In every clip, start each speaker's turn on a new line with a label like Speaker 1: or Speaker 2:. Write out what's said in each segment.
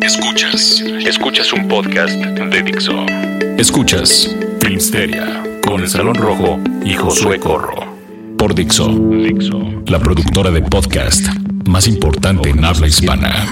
Speaker 1: Escuchas, escuchas un podcast de Dixo. Escuchas Filmsteria con el Salón Rojo y Josué Corro. Por Dixo, la productora de podcast más importante en habla hispana.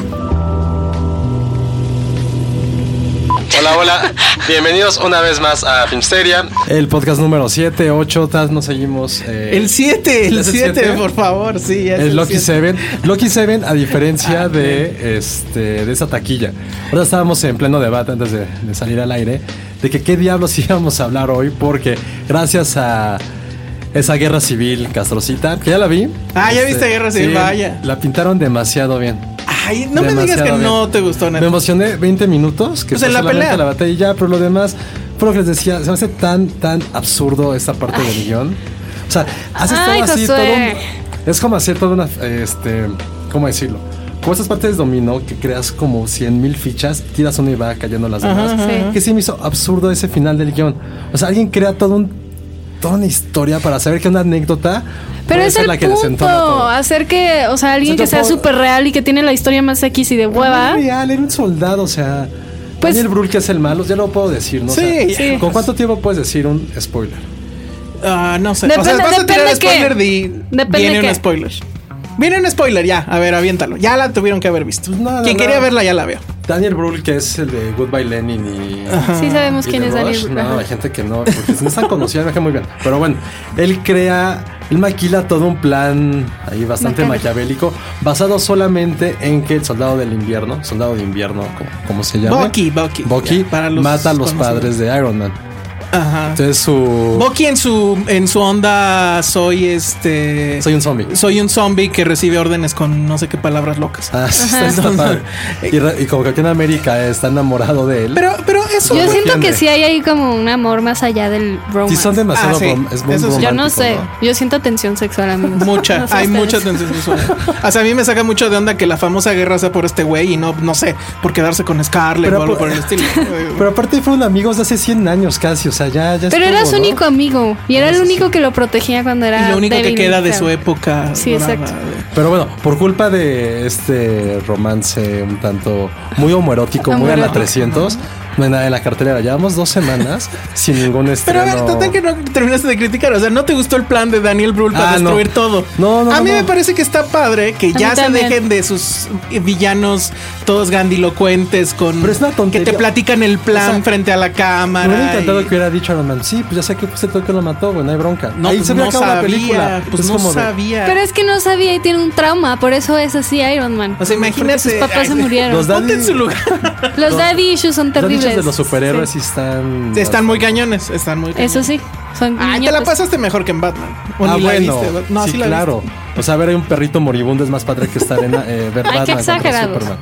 Speaker 2: Hola, hola. Bienvenidos una vez más a Filmsteria.
Speaker 3: El podcast número 7, 8, tas, nos seguimos. eh,
Speaker 4: El 7, el
Speaker 3: ¿Es el
Speaker 4: 7,
Speaker 3: siete?
Speaker 4: por favor, sí. ya es
Speaker 3: el
Speaker 4: el
Speaker 3: Lucky
Speaker 4: siete. Ah,
Speaker 3: 7. Lucky 7, a diferencia de, este, de esa taquilla. Ahora estábamos en pleno debate antes de, de salir al aire de que qué diablos íbamos a hablar hoy, porque gracias a esa guerra civil castrocita, que ya la vi. Este,
Speaker 4: Ah, ¿ya viste Guerra Civil? Vaya.
Speaker 3: La pintaron demasiado bien.
Speaker 4: Ay, no me digas
Speaker 3: Demasiado
Speaker 4: que
Speaker 3: bien.
Speaker 4: no te gustó,
Speaker 3: Me
Speaker 4: Nat.
Speaker 3: emocioné 20 minutos. Que
Speaker 4: Pues
Speaker 3: fue
Speaker 4: en la
Speaker 3: solamente
Speaker 4: pelea.
Speaker 3: La batalla y ya, pero lo demás, por lo que les decía, se me hace tan, tan absurdo esta parte del guión. O sea, haces
Speaker 5: Ay,
Speaker 3: todo así,
Speaker 5: Josué.
Speaker 3: todo un- Es como hacer toda una. Este, ¿Cómo decirlo? Como esas partes dominó que creas como 100 mil fichas, tiras una y va cayendo las demás.
Speaker 5: ajá.
Speaker 3: Que sí me hizo absurdo ese final del guión. O sea, alguien crea todo un. Toda una historia para saber que una anécdota.
Speaker 5: Pero
Speaker 3: puede
Speaker 5: es
Speaker 3: ser
Speaker 5: el
Speaker 3: la que
Speaker 5: punto,
Speaker 3: desentona todo.
Speaker 5: hacer que, o sea, alguien
Speaker 3: O sea, yo
Speaker 5: que sea
Speaker 3: puedo-
Speaker 5: súper real y que tiene la historia más X y de hueva.
Speaker 3: No era real, era un soldado, o sea.
Speaker 5: Pues-
Speaker 3: Daniel Brühl, que es el malo, ya lo puedo decir, ¿no? O
Speaker 4: Sí,
Speaker 3: sea,
Speaker 5: sí.
Speaker 3: ¿Con cuánto tiempo puedes decir un spoiler?
Speaker 4: Ah, no sé.
Speaker 5: Depende-
Speaker 4: o sea, vas a
Speaker 5: depende
Speaker 4: tirar
Speaker 5: qué.
Speaker 4: spoiler, di-
Speaker 5: Depende
Speaker 4: viene un
Speaker 5: qué.
Speaker 4: spoiler. Viene un spoiler, ya. A ver, aviéntalo. Ya la tuvieron que haber visto.
Speaker 3: Pues nada,
Speaker 4: Quien
Speaker 3: nada.
Speaker 4: quería verla ya la veo.
Speaker 3: Daniel Brühl, que es el de Goodbye Lenin y.
Speaker 5: Sí sabemos
Speaker 3: y
Speaker 5: quién
Speaker 3: The
Speaker 5: es Daniel.
Speaker 3: Rush.
Speaker 5: Brühl.
Speaker 3: No,
Speaker 5: Ajá.
Speaker 3: hay gente que no, porque si no están conocidos, me cae muy bien. Pero bueno, él crea, él maquila todo un plan ahí bastante maquiavélico, basado solamente en que el soldado del invierno, soldado de invierno, como, como se llama.
Speaker 4: Bucky, Bucky.
Speaker 3: Bucky
Speaker 4: Ya, para los
Speaker 3: mata a los
Speaker 4: conocidos.
Speaker 3: padres de Iron Man.
Speaker 4: Ajá.
Speaker 3: Entonces su.
Speaker 4: Bucky en su, en su onda soy este.
Speaker 3: Soy un zombie.
Speaker 4: Soy un zombie que recibe órdenes con no sé qué palabras locas.
Speaker 3: Ah, sí, está- está padre. Y, re- y como Capitán América está enamorado de él.
Speaker 4: Pero, pero eso.
Speaker 5: Yo
Speaker 3: ¿Por
Speaker 5: siento
Speaker 3: quién,
Speaker 5: que
Speaker 3: güey?
Speaker 5: sí hay ahí como un amor más allá del romance.
Speaker 3: si son demasiado
Speaker 4: Ah, sí.
Speaker 3: rom- es muy
Speaker 4: Eso sí.
Speaker 5: Yo no
Speaker 3: romántico,
Speaker 5: sé, yo siento tensión sexual, amigos.
Speaker 4: Mucha,
Speaker 5: No sé
Speaker 4: hay
Speaker 5: ustedes.
Speaker 4: mucha tensión sexual. O sea, a mí me saca mucho de onda que la famosa guerra sea por este güey y no, no sé, por quedarse con Scarlett
Speaker 3: Pero
Speaker 4: o algo
Speaker 3: por-
Speaker 4: por, el estilo.
Speaker 3: Pero aparte fueron amigos de hace 100 años casi, o sea, ya, ya
Speaker 5: Pero
Speaker 3: estuvo,
Speaker 5: era su
Speaker 3: ¿no?
Speaker 5: único amigo y era el único que lo protegía cuando era.
Speaker 4: y lo único
Speaker 5: débil,
Speaker 4: que queda de
Speaker 5: claro.
Speaker 4: su época.
Speaker 5: Sí,
Speaker 4: dorada,
Speaker 5: exacto.
Speaker 4: de-
Speaker 3: Pero bueno, por culpa de este romance un tanto muy homoerótico, muy a la
Speaker 5: Homoerótico.
Speaker 3: 300, no hay nada en la cartelera. Llevamos dos semanas sin ningún
Speaker 4: Pero
Speaker 3: estreno.
Speaker 4: a ver, total que no terminaste de criticar. O sea, no te gustó el plan de Daniel Brühl para
Speaker 3: Ah, no.
Speaker 4: destruir todo.
Speaker 3: No, no,
Speaker 4: A
Speaker 3: no,
Speaker 4: mí
Speaker 3: no.
Speaker 4: me parece que está padre que ya
Speaker 5: mí
Speaker 4: se
Speaker 5: también.
Speaker 4: dejen de sus villanos todos gandilocuentes con.
Speaker 3: Pero es una tontería.
Speaker 4: Que te platican el plan
Speaker 3: O sea,
Speaker 4: frente a la
Speaker 3: Me
Speaker 4: cámara.
Speaker 3: hubiera encantado
Speaker 4: y-
Speaker 3: que hubiera dicho a Iron Man, sí, pues ya sé que pues, el toque lo mató, güey, no hay bronca.
Speaker 4: No,
Speaker 3: Ahí
Speaker 4: pues
Speaker 3: se
Speaker 4: no
Speaker 3: hubiera acabado la
Speaker 4: sabía,
Speaker 3: película.
Speaker 4: Pues
Speaker 3: Es
Speaker 4: no
Speaker 3: como de-
Speaker 4: sabía.
Speaker 5: Pero es que no sabía y tiene un trauma, por eso es así Iron Man.
Speaker 4: O sea,
Speaker 5: Porque
Speaker 4: imagínate.
Speaker 5: Sus papás
Speaker 4: Ay,
Speaker 5: se
Speaker 4: sí.
Speaker 5: murieron.
Speaker 3: Los
Speaker 5: Los,
Speaker 3: daddy,
Speaker 4: Ponte en su lugar.
Speaker 5: daddy issues son
Speaker 3: los dichos
Speaker 5: terribles.
Speaker 3: de los superhéroes sí están...
Speaker 4: Están muy cañones, están muy cañones.
Speaker 5: Eso sí, son
Speaker 4: Ah, te
Speaker 5: niños,
Speaker 4: la
Speaker 5: pues,
Speaker 4: pasaste mejor que en Batman. O
Speaker 3: Ah,
Speaker 4: ni la
Speaker 3: bueno.
Speaker 4: viste, ¿no? No,
Speaker 3: sí,
Speaker 4: sí la
Speaker 3: claro. O sea, ver a un perrito moribundo es más padre que estar en eh, ver
Speaker 5: Ay, qué
Speaker 3: Batman contra
Speaker 5: exagerados.
Speaker 3: Superman.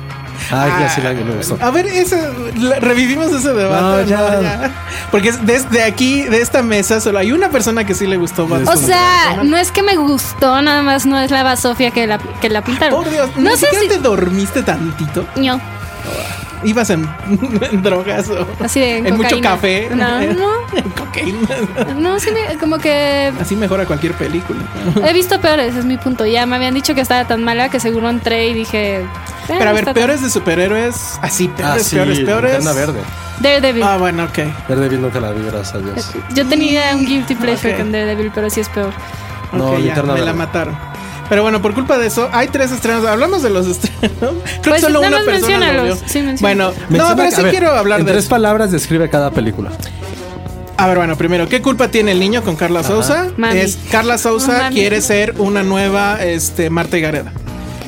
Speaker 3: Ah, ya sí la me gustó.
Speaker 4: viste. A ver, ese- la- revivimos ese debate.
Speaker 3: No,
Speaker 4: No,
Speaker 3: ya.
Speaker 4: ya. Porque es- desde aquí, de esta mesa, solo hay una persona que sí le gustó Batman.
Speaker 5: O sea, no es que me gustó, nada más no es la basofia que la, que la pintaron.
Speaker 4: por Dios,
Speaker 5: no
Speaker 4: ni
Speaker 5: sé
Speaker 4: siquiera
Speaker 5: si.
Speaker 4: te dormiste tantito.
Speaker 5: No,
Speaker 4: Ibas en, en drogas o
Speaker 5: así de.
Speaker 4: en mucho
Speaker 5: cocaína.
Speaker 4: café.
Speaker 5: No, no.
Speaker 4: En cocaína.
Speaker 5: No, sí, me- como que.
Speaker 4: Así mejora cualquier película.
Speaker 5: He visto peores, es mi punto. Ya me habían dicho que estaba tan mala que seguro entré y dije. eh,
Speaker 4: Pero a ver,
Speaker 5: está tan-
Speaker 4: peores de superhéroes. Así,
Speaker 3: Ah,
Speaker 4: peores,
Speaker 3: sí,
Speaker 4: peores, peores.
Speaker 3: Linterna verde.
Speaker 5: Daredevil.
Speaker 4: Ah, bueno, ok.
Speaker 3: Daredevil no te la vi, gracias a Dios.
Speaker 5: Yo tenía un guilty pleasure
Speaker 4: Ok.
Speaker 5: con Daredevil, pero sí es peor.
Speaker 3: No,
Speaker 4: Ok, ya,
Speaker 3: Linterna
Speaker 4: me
Speaker 3: Verde.
Speaker 4: la mataron. Pero bueno, por culpa de eso, hay tres estrenos. Hablamos de los estrenos. Creo que
Speaker 5: Pues
Speaker 4: solo
Speaker 5: nada
Speaker 4: una
Speaker 5: más
Speaker 4: persona lo vio.
Speaker 5: menciónalos. Sí, menciónalos.
Speaker 4: bueno,
Speaker 3: Menciona-
Speaker 4: no, pero
Speaker 3: a
Speaker 4: sí
Speaker 3: ver,
Speaker 4: quiero hablar
Speaker 3: en
Speaker 4: de
Speaker 3: tres
Speaker 4: eso.
Speaker 3: palabras describe cada película.
Speaker 4: A ver, bueno, primero, ¿qué culpa tiene el niño con Carla Sousa?
Speaker 5: Mami.
Speaker 4: Es Carla Sousa
Speaker 5: Mami.
Speaker 4: quiere ser una nueva este, Marta y Gareda.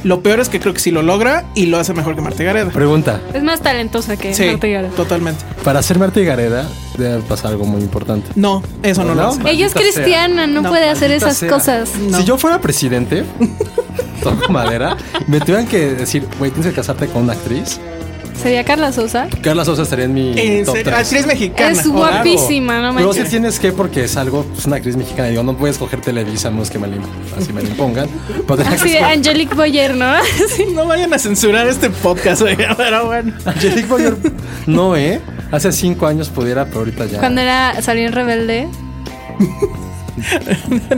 Speaker 4: Lo peor es que creo que sí lo logra y lo hace mejor que Marta y Gareda.
Speaker 3: Pregunta.
Speaker 5: Es más talentosa que
Speaker 4: Sí,
Speaker 5: Marta Gareda.
Speaker 4: totalmente.
Speaker 3: Para ser Marta y Gareda debe pasar algo muy importante.
Speaker 4: No, eso no, lo
Speaker 3: ¿No?
Speaker 4: hace.
Speaker 5: Ella es
Speaker 3: Maldita
Speaker 5: cristiana, no,
Speaker 4: No,
Speaker 5: puede hacer
Speaker 3: maldita
Speaker 5: esas
Speaker 3: sea.
Speaker 5: cosas.
Speaker 4: No.
Speaker 3: Si yo fuera presidente, toco madera, me tuvieran que decir, güey, tienes que casarte con una actriz.
Speaker 5: Sería Carla Sousa.
Speaker 3: Carla Sosa estaría en mi
Speaker 4: En
Speaker 3: top
Speaker 4: serio, Ah,
Speaker 3: tres.
Speaker 4: actriz mexicana.
Speaker 5: Es guapísima, no
Speaker 3: Pero si
Speaker 5: manches.
Speaker 3: tienes que, porque es algo, es una actriz mexicana. Digo, no puedes coger Televisa, a menos que me la imp- así me la impongan. Pero tendrías
Speaker 5: Así
Speaker 3: que
Speaker 5: de
Speaker 3: escoger-
Speaker 5: Angelique Boyer, ¿no?
Speaker 4: No vayan a censurar este podcast, oiga, pero bueno.
Speaker 3: Angelique Boyer, no, ¿eh? Hace cinco años pudiera, pero ahorita ya.
Speaker 5: Cuando era salió en Rebelde.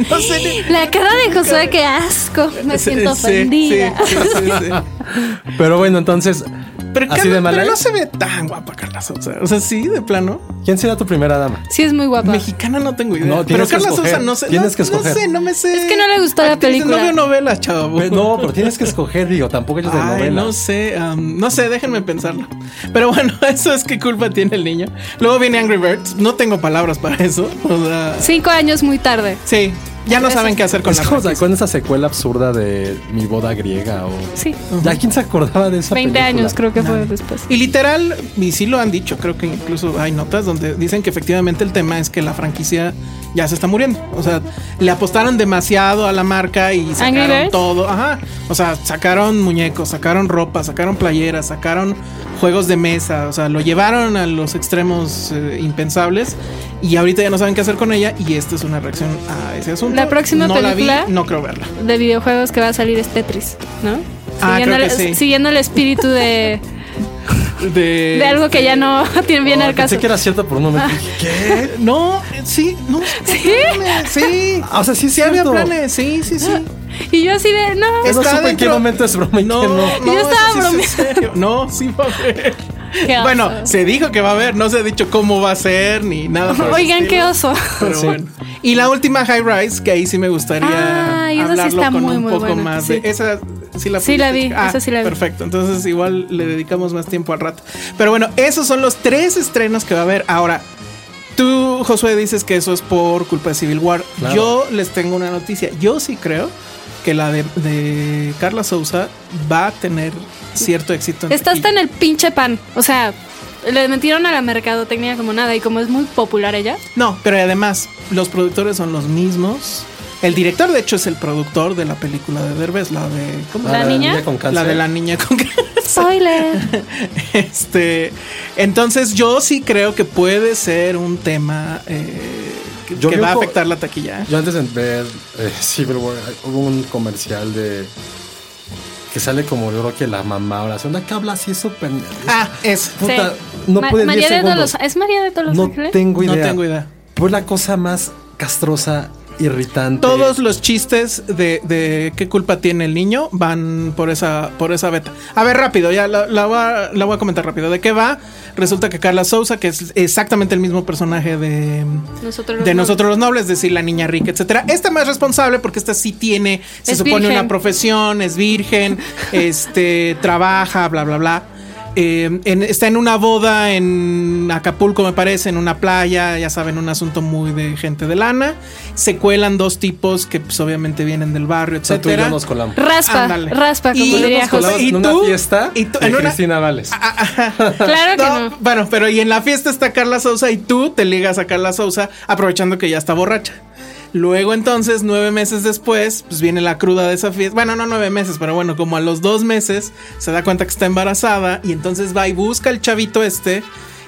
Speaker 4: No sé ni-
Speaker 5: La cara de Josué, qué asco. Me
Speaker 4: Sí,
Speaker 5: siento
Speaker 4: sí, sí,
Speaker 5: ofendida.
Speaker 4: sí, sí, sí.
Speaker 3: Pero bueno, entonces,
Speaker 4: Pero,
Speaker 3: así
Speaker 4: Carla-
Speaker 3: de mala.
Speaker 4: pero no
Speaker 3: es?
Speaker 4: se ve tan guapa Carla Sousa. O sea, sí, de plano.
Speaker 3: ¿Quién será tu primera dama?
Speaker 5: Sí, es muy guapa.
Speaker 4: Mexicana no tengo idea.
Speaker 3: No,
Speaker 4: pero
Speaker 3: tienes que
Speaker 4: Carla
Speaker 3: escoger,
Speaker 4: Sousa no sé.
Speaker 3: tienes que
Speaker 4: no, no
Speaker 3: escoger.
Speaker 4: sé, no me sé.
Speaker 5: Es que no le gustó la
Speaker 4: Actrices,
Speaker 5: película.
Speaker 4: No veo novelas, chavo.
Speaker 3: Pues no, pero tienes que escoger, digo, tampoco ellos de
Speaker 4: Ay,
Speaker 3: novela.
Speaker 4: no sé, am, no sé, déjenme pensarlo. Pero bueno, eso es qué culpa tiene el niño. Luego viene Angry Birds. No tengo palabras para eso. O sea,
Speaker 5: Cinco años muy tarde.
Speaker 4: sí, ya no
Speaker 5: Eso
Speaker 4: saben qué hacer con
Speaker 3: Es
Speaker 4: la
Speaker 3: como
Speaker 4: franquicia.
Speaker 3: con esa secuela absurda de mi boda griega o.
Speaker 5: Sí.
Speaker 3: ¿Ya quién se acordaba de esa
Speaker 5: 20
Speaker 3: película?
Speaker 5: años creo que fue después.
Speaker 4: Y literal, y sí lo han dicho, creo que incluso hay notas donde dicen que efectivamente el tema es que la franquicia ya se está muriendo. O sea, le apostaron demasiado a la marca y
Speaker 5: Angry
Speaker 4: sacaron
Speaker 5: Birds.
Speaker 4: todo. Ajá. O sea, sacaron muñecos, sacaron ropa, sacaron playeras, sacaron juegos de mesa. O sea, lo llevaron a los extremos eh, impensables y ahorita ya no saben qué hacer con ella. Y esta es una reacción a ese asunto.
Speaker 5: La próxima
Speaker 4: no la
Speaker 5: película-
Speaker 4: vi, no creo verla.
Speaker 5: De videojuegos que va a salir es Tetris, ¿no?
Speaker 4: Ah,
Speaker 5: siguiendo,
Speaker 4: creo
Speaker 5: el,
Speaker 4: que sí.
Speaker 5: siguiendo el espíritu de, de algo que ya no tiene bien
Speaker 4: Oh,
Speaker 3: Ay,
Speaker 5: al caso. Ah.
Speaker 3: Pensé que era cierto por un momento. Dije, ¿Qué?
Speaker 4: No, eh, sí, no.
Speaker 5: ¿Sí?
Speaker 4: Sí.
Speaker 3: Ah, o sea, sí es
Speaker 4: Sí había
Speaker 3: cierto.
Speaker 4: planes, sí, sí, sí.
Speaker 5: Y yo así de, no,
Speaker 3: Es- No supe en qué
Speaker 4: dentro-
Speaker 3: momento es broma y qué no. Ah,
Speaker 5: Yo
Speaker 4: eso
Speaker 5: estaba
Speaker 4: sí es en serio. No, sí va a haber.
Speaker 5: qué oso.
Speaker 4: Bueno, se dijo que va a haber, no se ha dicho cómo va a ser ni nada. por el
Speaker 5: Oigan, qué
Speaker 4: estilo.
Speaker 5: oso.
Speaker 4: Pero
Speaker 3: Sí.
Speaker 4: bueno. Y la última High Rise, que ahí sí me gustaría
Speaker 5: Ah, y esa sí
Speaker 4: hablarlo
Speaker 5: está
Speaker 4: con
Speaker 5: muy,
Speaker 4: un
Speaker 5: muy
Speaker 4: poco
Speaker 5: buena,
Speaker 4: más
Speaker 5: sí.
Speaker 4: de esa sí la
Speaker 5: Sí la
Speaker 4: pudiste-
Speaker 5: vi, esa sí la vi.
Speaker 4: Perfecto. Entonces igual le dedicamos más tiempo al rato. Pero bueno, esos son los tres estrenos que va a haber ahora. Tú, Josué, dices que eso es por culpa de Civil War.
Speaker 3: Claro.
Speaker 4: Yo les tengo una noticia. Yo sí creo que la de, de Carla Sousa va a tener cierto éxito. en
Speaker 5: Está hasta
Speaker 4: taquilla.
Speaker 5: en el pinche pan. O sea, le metieron a la mercadotecnia como nada. Y como es muy popular ella,
Speaker 4: No, pero además, los productores son los mismos. El director, de hecho, es el productor de la película de Derbez, la de. ¿cómo?
Speaker 5: ¿La niña?
Speaker 3: con cáncer.
Speaker 4: La de la niña con cáncer.
Speaker 5: spoiler.
Speaker 4: Este. Entonces, yo sí creo que puede ser un tema eh, que,
Speaker 3: Yo
Speaker 4: que
Speaker 3: vi
Speaker 4: va a
Speaker 3: un po-
Speaker 4: afectar la taquilla.
Speaker 3: Yo antes de ver eh, Civil War, hubo un comercial de. Que sale como yo creo que la mamá ahora. hace Una que habla así súper.
Speaker 4: Ah, es.
Speaker 3: Puta, no pude 10
Speaker 5: María de todos
Speaker 3: segundos.
Speaker 5: los, ¿Es María de todos los
Speaker 3: No
Speaker 5: Ángeles?
Speaker 3: tengo
Speaker 4: No
Speaker 3: idea.
Speaker 4: tengo idea.
Speaker 3: Fue la cosa más castrosa, irritante.
Speaker 4: Todos los chistes de, de qué culpa tiene el niño van por esa, por esa beta. A ver, rápido, ya la, la voy a, la voy a comentar rápido. ¿De qué va? Resulta que Carla Sousa, que es exactamente el mismo personaje de,
Speaker 5: Nosotros los
Speaker 4: de
Speaker 5: nobles.
Speaker 4: Nosotros los Nobles, es decir, la niña rica, etcétera. Esta más responsable porque esta sí tiene, se
Speaker 5: Es
Speaker 4: supone, una
Speaker 5: virgen.
Speaker 4: profesión, es virgen, este, trabaja, bla, bla, bla. Eh, en- está en una boda en Acapulco, me parece, en una playa, ya saben, un asunto muy de gente de lana. Se cuelan dos tipos que pues, obviamente vienen del barrio,
Speaker 3: O sea, tú y
Speaker 4: etcétera.
Speaker 3: yo nos colamos.
Speaker 5: Raspa,
Speaker 4: Ándale.
Speaker 5: raspa, como
Speaker 4: Y-
Speaker 5: diría
Speaker 3: Nos colamos
Speaker 5: José.
Speaker 4: ¿Y
Speaker 3: en una
Speaker 4: tú?
Speaker 3: fiesta
Speaker 4: ¿Y tú?
Speaker 3: de
Speaker 4: En una- Ah,
Speaker 3: Cristina Vales.
Speaker 5: Claro que no.
Speaker 4: Bueno, pero y en la fiesta está Carla Sousa y tú te ligas a Carla Sousa aprovechando que ya está borracha. Luego entonces, nueve meses después, pues viene la cruda de esa fiesta. Bueno, no nueve meses, pero bueno, como a los dos meses se da cuenta que está embarazada y entonces va y busca al chavito este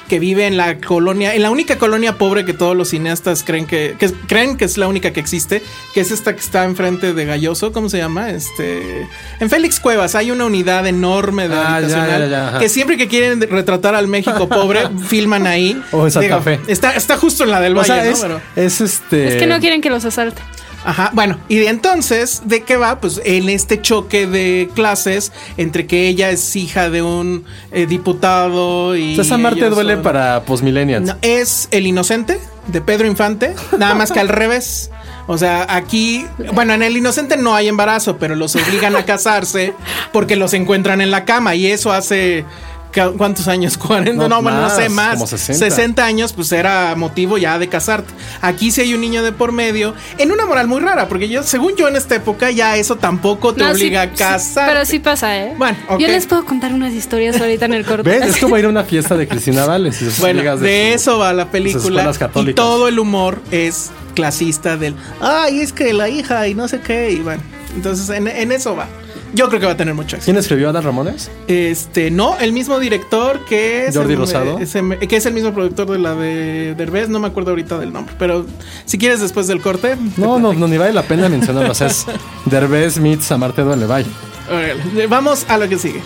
Speaker 4: que vive en la colonia, en la única colonia pobre que todos los cineastas creen que, que es- creen que es la única que existe, que es esta que está enfrente de Galloso, ¿cómo se llama? Este, en Félix Cuevas hay una unidad enorme de
Speaker 3: Ah, ya,
Speaker 4: habitacional
Speaker 3: ya, ya, ajá.
Speaker 4: que siempre que quieren retratar al México pobre, filman ahí.
Speaker 3: O en Santa Fe.
Speaker 4: Está, está justo en la del
Speaker 3: O
Speaker 4: Valle,
Speaker 3: sea,
Speaker 4: ¿no?
Speaker 3: es,
Speaker 4: Pero-
Speaker 3: es este.
Speaker 5: Es que no quieren que los asalte.
Speaker 4: Ajá, bueno, y de entonces, ¿de qué va? Pues en este choque de clases entre que ella es hija de un eh, diputado y...
Speaker 3: O sea, esa Marte
Speaker 4: ellos
Speaker 3: duele
Speaker 4: son-
Speaker 3: para post
Speaker 4: No, es El Inocente de Pedro Infante, nada más que al revés. O sea, aquí, bueno, en el inocente no hay embarazo, pero los obligan a casarse porque los encuentran en la cama y eso hace ca- ¿cuántos años? 40, no,
Speaker 3: No,
Speaker 4: bueno, no sé,
Speaker 3: más,
Speaker 4: más.
Speaker 3: como 60.
Speaker 4: 60 años pues era motivo ya de casarte. Aquí sí hay un niño de por medio en una moral muy rara, porque yo según yo en esta época ya eso tampoco te
Speaker 5: No, sí,
Speaker 4: obliga a
Speaker 5: sí,
Speaker 4: casar.
Speaker 5: pero sí pasa, ¿eh?
Speaker 4: Bueno, ok.
Speaker 5: Yo les puedo contar unas historias ahorita en el corte.
Speaker 3: ¿Ves? Es como ir a una fiesta de Cristina Vales. y sus
Speaker 4: Bueno,
Speaker 3: amigas
Speaker 4: de,
Speaker 3: su-
Speaker 4: eso va la película.
Speaker 3: escuelas
Speaker 4: Y
Speaker 3: católicas.
Speaker 4: todo el humor es clasista del, ay, es que la hija y no sé qué, y bueno, entonces en, en eso va. Yo creo que va a tener mucho éxito.
Speaker 3: ¿Quién escribió Adal Ramones?
Speaker 4: Este, no, el mismo director que es,
Speaker 3: Jordi
Speaker 4: el,
Speaker 3: Rosado.
Speaker 4: es el- que es el mismo productor de la de Derbez, no me acuerdo ahorita del nombre, pero si quieres después del corte. te
Speaker 3: No, no,
Speaker 4: platico.
Speaker 3: no, ni vale la pena mencionarlo. O sea, es Derbez meets a Marte Duelevay.
Speaker 4: Órale, Vamos a lo que sigue.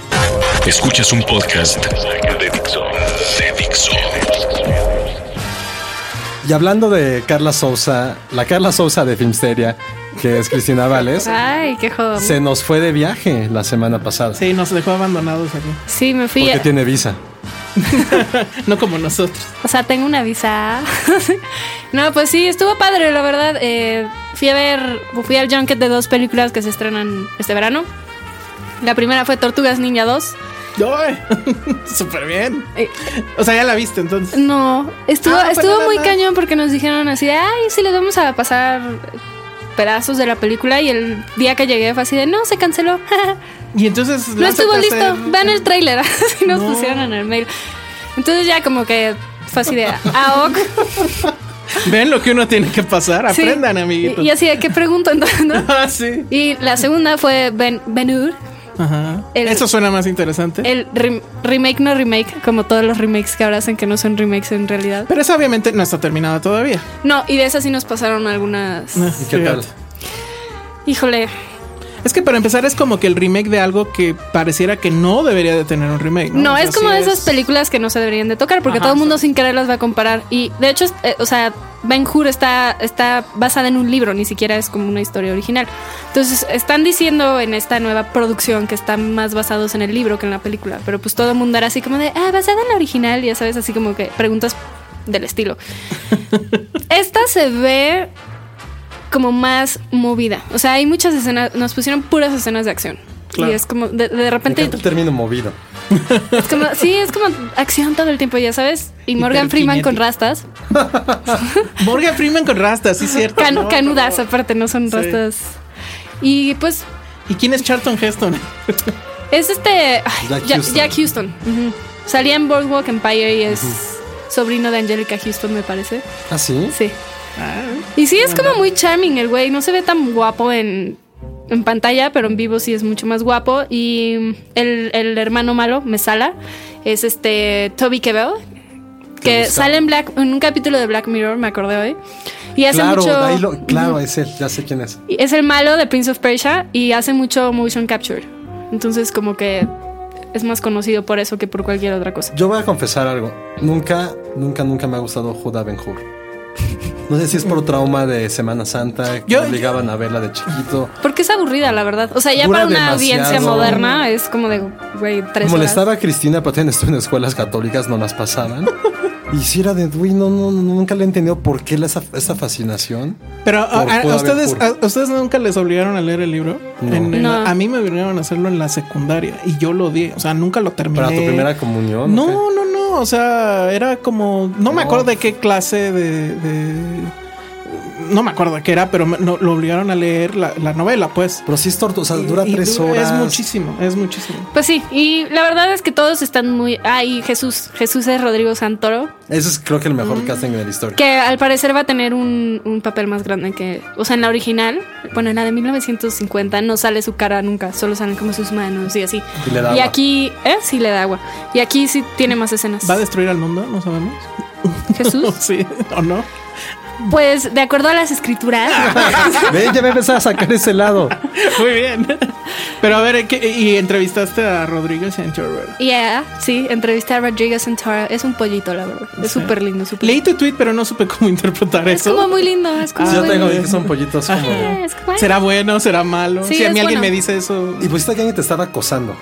Speaker 1: Escuchas un podcast de Dixo. De Dixo.
Speaker 3: Y hablando de Carla Sousa, la Carla Sousa de Filmsteria, que es Cristina Vales,
Speaker 5: Ay, qué joder.
Speaker 3: se nos fue de viaje la semana pasada.
Speaker 4: Sí, nos dejó abandonados aquí.
Speaker 5: Sí, me fui.
Speaker 3: Porque tiene visa.
Speaker 4: No como nosotros.
Speaker 5: O sea, tengo una visa. no, pues sí, estuvo padre, la verdad. Eh, fui a ver, fui al junket de dos películas que se estrenan este verano. La primera fue Tortugas Ninja 2.
Speaker 4: ¡Ay! Súper bien.
Speaker 5: Eh,
Speaker 4: O sea, ya la viste entonces.
Speaker 5: No, estuvo,
Speaker 4: Ah, pues
Speaker 5: estuvo
Speaker 4: nada
Speaker 5: muy
Speaker 4: más.
Speaker 5: cañón porque nos dijeron así, de, ay, sí les vamos a pasar pedazos de la película y el día que llegué fue así de, no, se canceló.
Speaker 4: Y entonces
Speaker 5: no estuvo
Speaker 4: lánzate a
Speaker 5: listo,
Speaker 4: hacer-
Speaker 5: vean el tráiler, así nos
Speaker 4: No.
Speaker 5: pusieron en el mail. Entonces ya como que fue así de, ah, ok.
Speaker 4: Ven lo que uno tiene que pasar,
Speaker 5: Sí.
Speaker 4: aprendan, amiguitos.
Speaker 5: Y, y así de, ¿qué pregunto entonces? no?
Speaker 4: Ah, sí.
Speaker 5: Y la segunda fue Ben, ben
Speaker 4: Ajá.
Speaker 5: El-
Speaker 4: Eso suena más interesante.
Speaker 5: el rem- remake no remake, como todos los remakes que ahora hacen que no son remakes en realidad.
Speaker 4: Pero eso obviamente no está terminado todavía. Ah,
Speaker 5: No, y de esas sí nos pasaron algunas.
Speaker 3: ¿Y qué tal?
Speaker 5: Híjole,
Speaker 4: Es que para empezar es como que el remake de algo que pareciera que no debería de tener un remake. No,
Speaker 5: No,
Speaker 4: O sea,
Speaker 5: es como
Speaker 4: sí
Speaker 5: de esas
Speaker 4: es-
Speaker 5: películas que no se deberían de tocar porque
Speaker 4: Ajá,
Speaker 5: todo el mundo sin querer las va a comparar. Y de hecho, es- eh, o sea, Ben Hur está, está basada en un libro, ni siquiera es como una historia original. Entonces, están diciendo en esta nueva producción que están más basados en el libro que en la película, pero pues todo el mundo era así como de, ah, basada en la original, ya sabes, así como que preguntas del estilo. esta se ve como más movida. O sea, hay muchas escenas, nos pusieron puras escenas de acción.
Speaker 4: Claro.
Speaker 5: Y es como, de, de
Speaker 3: Me
Speaker 5: repente...
Speaker 3: encanta el término movido.
Speaker 5: Es como, sí, es como acción todo el tiempo, ya sabes. Y Morgan Freeman con rastas.
Speaker 4: Morgan Freeman con rastas, sí, cierto.
Speaker 5: Can-
Speaker 4: No,
Speaker 5: canudas,
Speaker 4: no.
Speaker 5: aparte, no son
Speaker 4: Sí.
Speaker 5: rastas. Y pues
Speaker 4: ¿Y quién es Charlton Heston?
Speaker 5: es este. ay,
Speaker 3: Jack
Speaker 5: Ja-
Speaker 3: Houston.
Speaker 5: Jack Houston. Ujú. Salía en Boardwalk Empire y es sobrino de Angelica Houston, me parece.
Speaker 3: ¿Ah, sí?
Speaker 5: Sí.
Speaker 3: Ah.
Speaker 5: Y sí, es como muy charming el güey. No se ve tan guapo en, en pantalla, pero en vivo sí es mucho más guapo. Y el, el hermano malo, Mesala, es este Toby Kebbell, que
Speaker 3: gusta.
Speaker 5: sale en, Black, en un capítulo de Black Mirror, me acordé hoy. Y hace
Speaker 3: Claro,
Speaker 5: mucho.
Speaker 3: de ahí lo- claro, es él, ya sé quién es.
Speaker 5: Y Es el malo de Prince of Persia y hace mucho motion capture. Entonces, como que es más conocido por eso que por cualquier otra cosa.
Speaker 3: Yo voy a confesar algo. Nunca, nunca, nunca me ha gustado Judá Ben Hur. No sé si es por trauma de Semana Santa, que
Speaker 4: Yo-
Speaker 3: me obligaban a verla de chiquito.
Speaker 5: Porque es aburrida, la verdad. O sea, ya
Speaker 3: Dura
Speaker 5: para una
Speaker 3: demasiado.
Speaker 5: audiencia moderna es como de, güey, tres horas.
Speaker 3: Molestaba a Cristina, pero también estuve en escuelas católicas, no las pasaban. Y si era de, güey, no, no, no, nunca le he entendido por qué la- esa, esa fascinación.
Speaker 4: Pero a,
Speaker 3: Por
Speaker 4: a- a
Speaker 3: Judah Ben
Speaker 4: ustedes,
Speaker 3: Hur.
Speaker 4: a, a ustedes nunca les obligaron a leer el libro.
Speaker 3: No.
Speaker 4: En- en-
Speaker 5: No.
Speaker 4: A mí me obligaron a hacerlo en la secundaria y yo lo odié. O sea, nunca lo terminé.
Speaker 3: ¿Para tu primera comunión? ¿o
Speaker 4: No, no, no. O sea, era como. No, me
Speaker 3: No.
Speaker 4: acuerdo de qué clase de. de- no me acuerdo de qué era, pero me- no- lo obligaron a leer la, la novela, pues.
Speaker 3: qué? Pero sí es torto, o sea,
Speaker 4: Y-
Speaker 3: dura
Speaker 4: y
Speaker 3: tres
Speaker 4: dura-
Speaker 3: horas.
Speaker 4: Es muchísimo, es muchísimo.
Speaker 5: Pues sí, y la verdad es que todos están muy. Ay, Jesús, Jesús es Rodrigo Santoro,
Speaker 3: Ese es creo que el mejor
Speaker 4: Mm.
Speaker 3: casting de la historia.
Speaker 5: que al parecer va a tener un, un papel más grande que. O sea, en la original, bueno, en la de 1950 no sale su cara nunca, solo salen como sus manos y así.
Speaker 3: Y le da agua.
Speaker 5: aquí, ¿eh? Sí, le da agua. Y aquí sí tiene más escenas.
Speaker 4: ¿Va a destruir al mundo? No sabemos.
Speaker 5: Jesús.
Speaker 4: sí, o no.
Speaker 5: Pues de acuerdo a las escrituras.
Speaker 3: Ve, ya me empezaba a sacar ese lado.
Speaker 4: Muy bien. Pero a ver, ¿qué- ¿y entrevistaste a Rodrigo Santoro?
Speaker 5: yeah, sí, entrevisté a Rodrigo Santoro. Es un pollito, la verdad. Es
Speaker 4: Sí.
Speaker 5: súper lindo, súper
Speaker 4: Leí tu tweet, pero no supe cómo interpretar
Speaker 5: Es
Speaker 4: eso.
Speaker 5: como muy lindo, es como
Speaker 3: Ah, Yo
Speaker 5: muy-
Speaker 3: tengo bien que son pollitos como.
Speaker 5: Ah, es como-
Speaker 4: ¿Será bueno? ¿Será malo?
Speaker 5: Sí,
Speaker 4: si a mí
Speaker 5: es
Speaker 4: alguien
Speaker 5: bueno.
Speaker 4: me dice eso.
Speaker 3: Y pusiste a alguien que te estaba acosando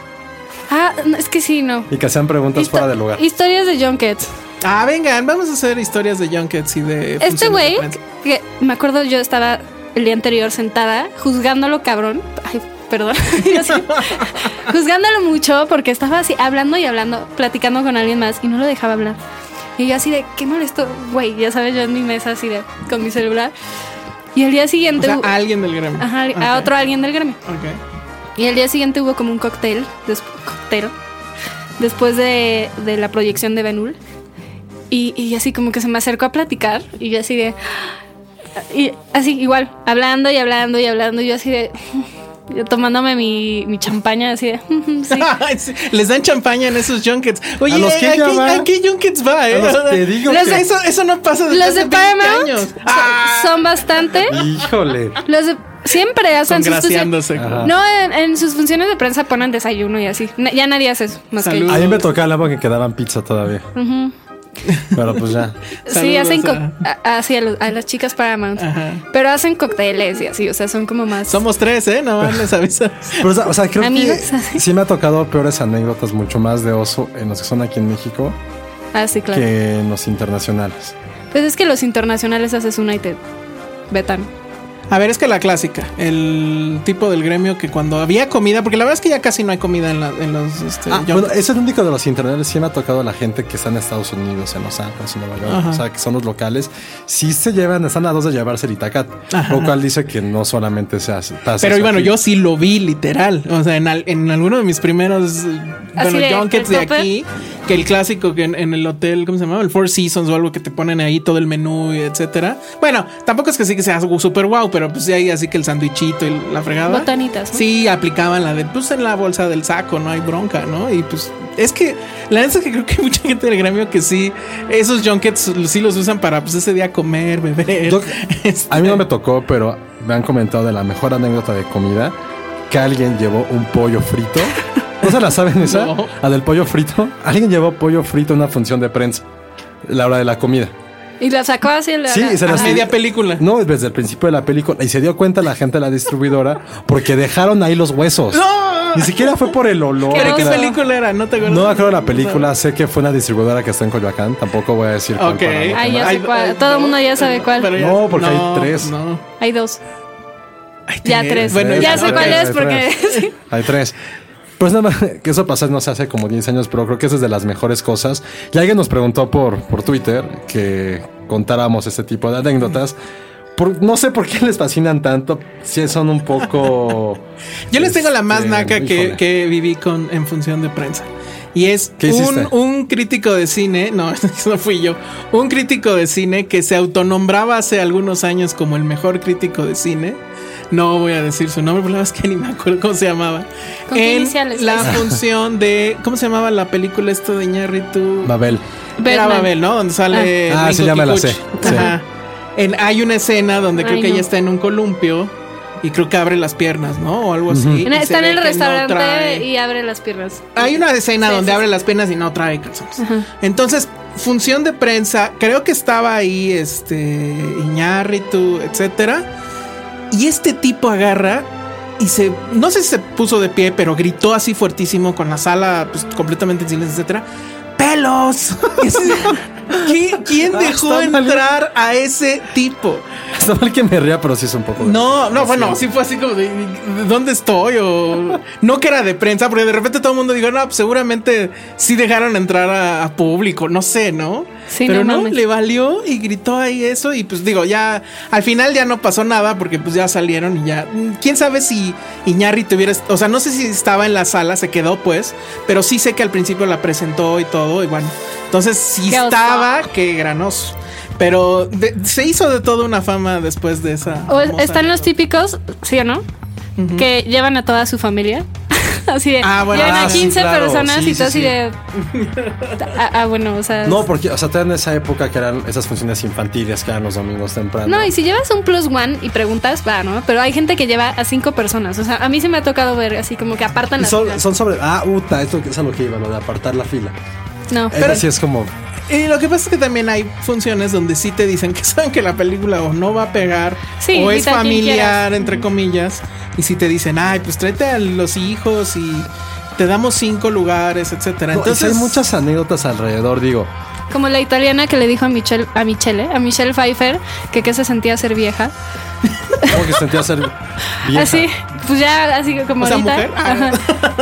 Speaker 5: Ah, no, es que sí, no.
Speaker 3: y que hacían preguntas
Speaker 5: Histo-
Speaker 3: fuera de lugar.
Speaker 5: Historias de Junkets.
Speaker 4: Ah, vengan, vamos a hacer historias de Junkets y de.
Speaker 5: Este
Speaker 4: funciones de
Speaker 5: güey,
Speaker 4: prensa.
Speaker 5: que me acuerdo yo estaba el día anterior sentada juzgándolo cabrón. Ay, perdón. Yo sí. juzgándolo mucho porque estaba así hablando y hablando, platicando con alguien más y no lo dejaba hablar. Y yo así de, qué molesto, güey, ya sabes, yo en mi mesa así de, con mi celular. Y el día
Speaker 4: O
Speaker 5: siguiente...
Speaker 4: sea,
Speaker 5: hubo-
Speaker 4: a alguien del gremio.
Speaker 5: Ajá, a
Speaker 4: Ok,
Speaker 5: otro alguien del gremio.
Speaker 4: ok.
Speaker 5: Y el día siguiente hubo como un cóctel, des- cóctel, después de, de la proyección de Benul. Y, y así como que se me acercó a platicar y yo así de... Y así igual, hablando y hablando y hablando, y yo así de... yo tomándome mi, mi champaña así de... sí.
Speaker 4: Ay, sí, Les dan champaña en esos junkets. Oye,
Speaker 3: los que
Speaker 4: ¿a,
Speaker 3: ella
Speaker 4: qué,
Speaker 3: va?
Speaker 4: a qué junkets va? Eh?
Speaker 3: A los que digo
Speaker 4: Los-
Speaker 3: que-
Speaker 4: eso, eso no pasa desde
Speaker 5: Los de
Speaker 4: hace 20
Speaker 5: Paramount Ah.
Speaker 4: años. Ah.
Speaker 5: son- son bastante...
Speaker 3: Híjole.
Speaker 5: Los de- siempre hacen sus funciones...
Speaker 4: Congraciándose.
Speaker 3: Ajá.
Speaker 5: No, en, en sus funciones de prensa ponen desayuno y así. Na- ya nadie hace eso más que
Speaker 4: Salud.
Speaker 5: ellos.
Speaker 3: A mí me tocaba la época que quedaban pizza todavía. Pero pues ya.
Speaker 5: sí,
Speaker 4: Saludos
Speaker 5: hacen co-
Speaker 4: a-
Speaker 5: a- así a, los- a las chicas Paramount.
Speaker 4: Ajá.
Speaker 5: Pero hacen cócteles y así, o sea, son como más.
Speaker 4: Somos tres, ¿eh? No más les avisas.
Speaker 3: Pero, o sea, o sea, creo
Speaker 5: Amigos.
Speaker 3: que sí me ha tocado peores anécdotas mucho más de oso en los que son aquí en México
Speaker 5: Ah, sí, claro.
Speaker 3: que en los internacionales.
Speaker 5: Pues es que los internacionales haces una y te vetan.
Speaker 4: A ver, es que la clásica, el tipo del gremio que cuando había comida, porque la verdad es que ya casi no hay comida en, la- en los. Este,
Speaker 3: Ah,
Speaker 4: junkets.
Speaker 3: bueno, es el único de los internacionales. Sí me ha tocado la gente que está en Estados Unidos, en Los Ángeles, en Nueva York,
Speaker 4: Ajá.
Speaker 3: o sea, que son los locales. Sí se llevan, están a dos de llevarse el Itacat, lo cual dice que no solamente se hace. pasa
Speaker 4: Pero
Speaker 3: eso
Speaker 4: bueno,
Speaker 3: aquí.
Speaker 4: yo sí lo vi literal. O sea, en, al- en alguno de mis primeros eh,
Speaker 5: Así
Speaker 4: bueno,
Speaker 5: de,
Speaker 4: junkets de
Speaker 5: ¿el tope?
Speaker 4: aquí, que el clásico que en, en el hotel, ¿cómo se llamaba? El Four Seasons o algo que te ponen ahí todo el menú, y etcétera. Bueno, tampoco es que sí que sea super wow, pero pues sí hay así que el sandwichito y la fregada.
Speaker 5: Botanitas, ¿no?
Speaker 4: Sí, aplicaban la de pues en la bolsa del saco, no hay bronca, ¿no? Y pues es que la verdad es que creo que hay mucha gente del gremio que sí, esos junkets sí los usan para pues ese día comer, beber.
Speaker 3: Yo-
Speaker 4: este,
Speaker 3: A mí no me tocó, pero me han comentado de la mejor anécdota de comida que alguien llevó un pollo frito. ¿No se la saben esa?
Speaker 4: No.
Speaker 3: La del pollo frito. Alguien llevó pollo frito a una función de prensa. La hora de la comida.
Speaker 5: Y la sacó así. La,
Speaker 3: Sí, y se
Speaker 5: la-
Speaker 3: las-
Speaker 5: Ah,
Speaker 4: media película.
Speaker 3: No, desde el principio de la película. Y se dio cuenta la gente de la distribuidora porque dejaron ahí los huesos. Ni siquiera fue por el olor.
Speaker 4: ¿Pero
Speaker 5: Qué
Speaker 4: qué
Speaker 5: oso.
Speaker 3: la-
Speaker 4: película era? No te acuerdas.
Speaker 3: No me acuerdo de la película. Sé que fue una distribuidora que está en Coyoacán. Tampoco voy a decir cuál
Speaker 4: Ok.
Speaker 3: para no
Speaker 5: Ay, ya
Speaker 3: quemar.
Speaker 5: sé cuál. Todo el mundo ya sabe cuál.
Speaker 4: pero ya-
Speaker 3: No, porque hay tres.
Speaker 4: no.
Speaker 5: Hay dos.
Speaker 4: Hay
Speaker 5: Ya tres. Bueno, ya
Speaker 3: hay
Speaker 5: sé
Speaker 3: tres,
Speaker 5: cuál es
Speaker 3: hay
Speaker 5: porque.
Speaker 3: tres.
Speaker 5: sí.
Speaker 3: Hay tres. Pues nada más, que eso pasó, no sé, hace como 10 años, pero creo que eso es de las mejores cosas. Y alguien nos preguntó por, por Twitter que contáramos este tipo de anécdotas. Por- no sé por qué les fascinan tanto, si son un poco...
Speaker 4: Yo les tengo la más
Speaker 3: este,
Speaker 4: naca que,
Speaker 3: híjole.
Speaker 4: que viví con en función de prensa. Y es
Speaker 3: ¿Qué
Speaker 4: un,
Speaker 3: hiciste?
Speaker 4: un crítico de cine, no, eso no fui yo, un crítico de cine que se autonombraba hace algunos años como el mejor crítico de cine. No voy a decir su nombre, pero la verdad es que ni me acuerdo cómo se llamaba.
Speaker 5: ¿Con qué
Speaker 4: En
Speaker 5: iniciales?
Speaker 4: La función de, ¿cómo se llamaba la película esto de Ñarritu?
Speaker 3: Babel.
Speaker 4: Era
Speaker 5: Batman.
Speaker 4: Babel, ¿no? Donde sale.
Speaker 3: Ah. Ah, sí,
Speaker 4: Nico
Speaker 3: ya me la
Speaker 4: Kikuchi.
Speaker 3: sé. Sí.
Speaker 4: Ajá. En, hay una escena donde creo
Speaker 5: Ay,
Speaker 4: que
Speaker 5: no.
Speaker 4: ella está en un columpio y creo que abre las piernas, ¿no? O algo así. y
Speaker 5: En-
Speaker 4: se
Speaker 5: Está en
Speaker 4: ve
Speaker 5: el
Speaker 4: que no
Speaker 5: restaurante
Speaker 4: trae-
Speaker 5: y abre las piernas.
Speaker 4: Hay una escena
Speaker 5: Sí,
Speaker 4: donde
Speaker 5: sí,
Speaker 4: abre
Speaker 5: sí.
Speaker 4: las piernas y no trae calzones. Entonces, función de prensa, creo que estaba ahí este Iñárritu, etcétera. Y este tipo agarra y se no sé si se puso de pie, pero gritó así fuertísimo con la sala pues, completamente en silencio, etcétera. ¡Pelos! Y así, ¿Qui- ¿Quién
Speaker 3: Ah,
Speaker 4: dejó
Speaker 3: está mal.
Speaker 4: entrar a ese tipo?
Speaker 3: Está mal que me ría, pero sí es un poco... de-
Speaker 4: No, no, bueno, sí fue así como de, ¿de ¿dónde estoy? O no que era de prensa, porque de repente todo el mundo dijo, no, pues seguramente sí dejaron entrar a, a público, no sé, ¿no?
Speaker 5: Sí,
Speaker 4: Pero
Speaker 5: no
Speaker 4: no,
Speaker 5: mames.
Speaker 4: le valió y gritó ahí eso y pues digo, ya al final ya no pasó nada porque pues ya salieron y ya, mm, quién sabe si Iñarri tuviera, o sea, no sé si estaba en la sala, se quedó pues, pero sí sé que al principio la presentó y todo y bueno, entonces sí
Speaker 5: Qué oso.
Speaker 4: estaba, que granoso. Pero de- se hizo de toda una fama después de esa.
Speaker 5: O
Speaker 4: famosa
Speaker 5: están los típicos, ¿sí o no? Que llevan a toda su familia. así de.
Speaker 4: Ah, bueno,
Speaker 5: llevan
Speaker 4: ah,
Speaker 5: a
Speaker 4: sí,
Speaker 5: 15
Speaker 3: claro,
Speaker 5: personas
Speaker 3: sí,
Speaker 5: y
Speaker 3: sí,
Speaker 5: todo así
Speaker 3: sí.
Speaker 5: de. Ah, ah, bueno, o sea.
Speaker 3: No, porque, o sea, te en esa época que eran esas funciones infantiles que eran los domingos temprano.
Speaker 5: No, y si llevas un plus one y preguntas, va, ¿no? Pero hay gente que lleva a cinco personas. O sea, a mí se me ha tocado ver así como que apartan
Speaker 3: Y
Speaker 5: las
Speaker 3: son,
Speaker 5: filas.
Speaker 3: son sobre... Ah, uta, esto es a lo que iba, lo de apartar la fila.
Speaker 5: No.
Speaker 3: Pero, eh, sí es como...
Speaker 4: Y lo que pasa es que también hay funciones donde sí te dicen que saben que la película o no va a pegar
Speaker 5: Sí,
Speaker 4: o es
Speaker 5: invita a quien
Speaker 4: familiar,
Speaker 5: quieras.
Speaker 4: entre comillas, y si te dicen, ay, pues tráete a los hijos y te damos cinco lugares, etcétera.
Speaker 3: No, y sí
Speaker 4: Entonces
Speaker 3: hay muchas anécdotas alrededor, digo.
Speaker 5: Como la italiana que le dijo a Michelle, a Michelle, ¿eh? a Michelle Pfeiffer, que qué se sentía ser vieja.
Speaker 3: ¿Cómo que sentía ser vieja?
Speaker 5: Así, pues ya, así como
Speaker 4: O sea,
Speaker 5: ahorita.
Speaker 4: mujer.
Speaker 5: Ajá.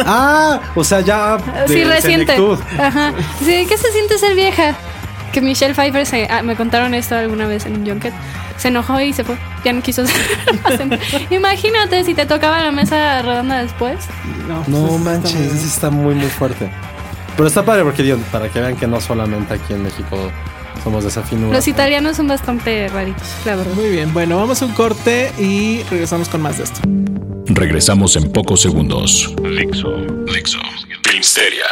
Speaker 3: Ah, o sea, ya. de
Speaker 5: Sí, reciente.
Speaker 3: senectud.
Speaker 5: Ajá. Sí, ¿qué se siente ser vieja? Que Michelle Pfeiffer se, ah, me contaron esto alguna vez en un junket. Se enojó y se fue. Ya no quiso ser. Imagínate si te tocaba la mesa redonda después.
Speaker 4: No,
Speaker 3: No
Speaker 4: pues,
Speaker 3: manches,
Speaker 4: está muy-
Speaker 3: ese está muy, muy fuerte. Pero está padre porque, digo, para que vean que no solamente aquí en México somos de esa finura.
Speaker 5: Los italianos son bastante raritos, la verdad.
Speaker 4: Muy bien, bueno, vamos a un corte y regresamos con más de esto.
Speaker 1: Regresamos en pocos segundos. Dixo. Dixo. Filmsteria.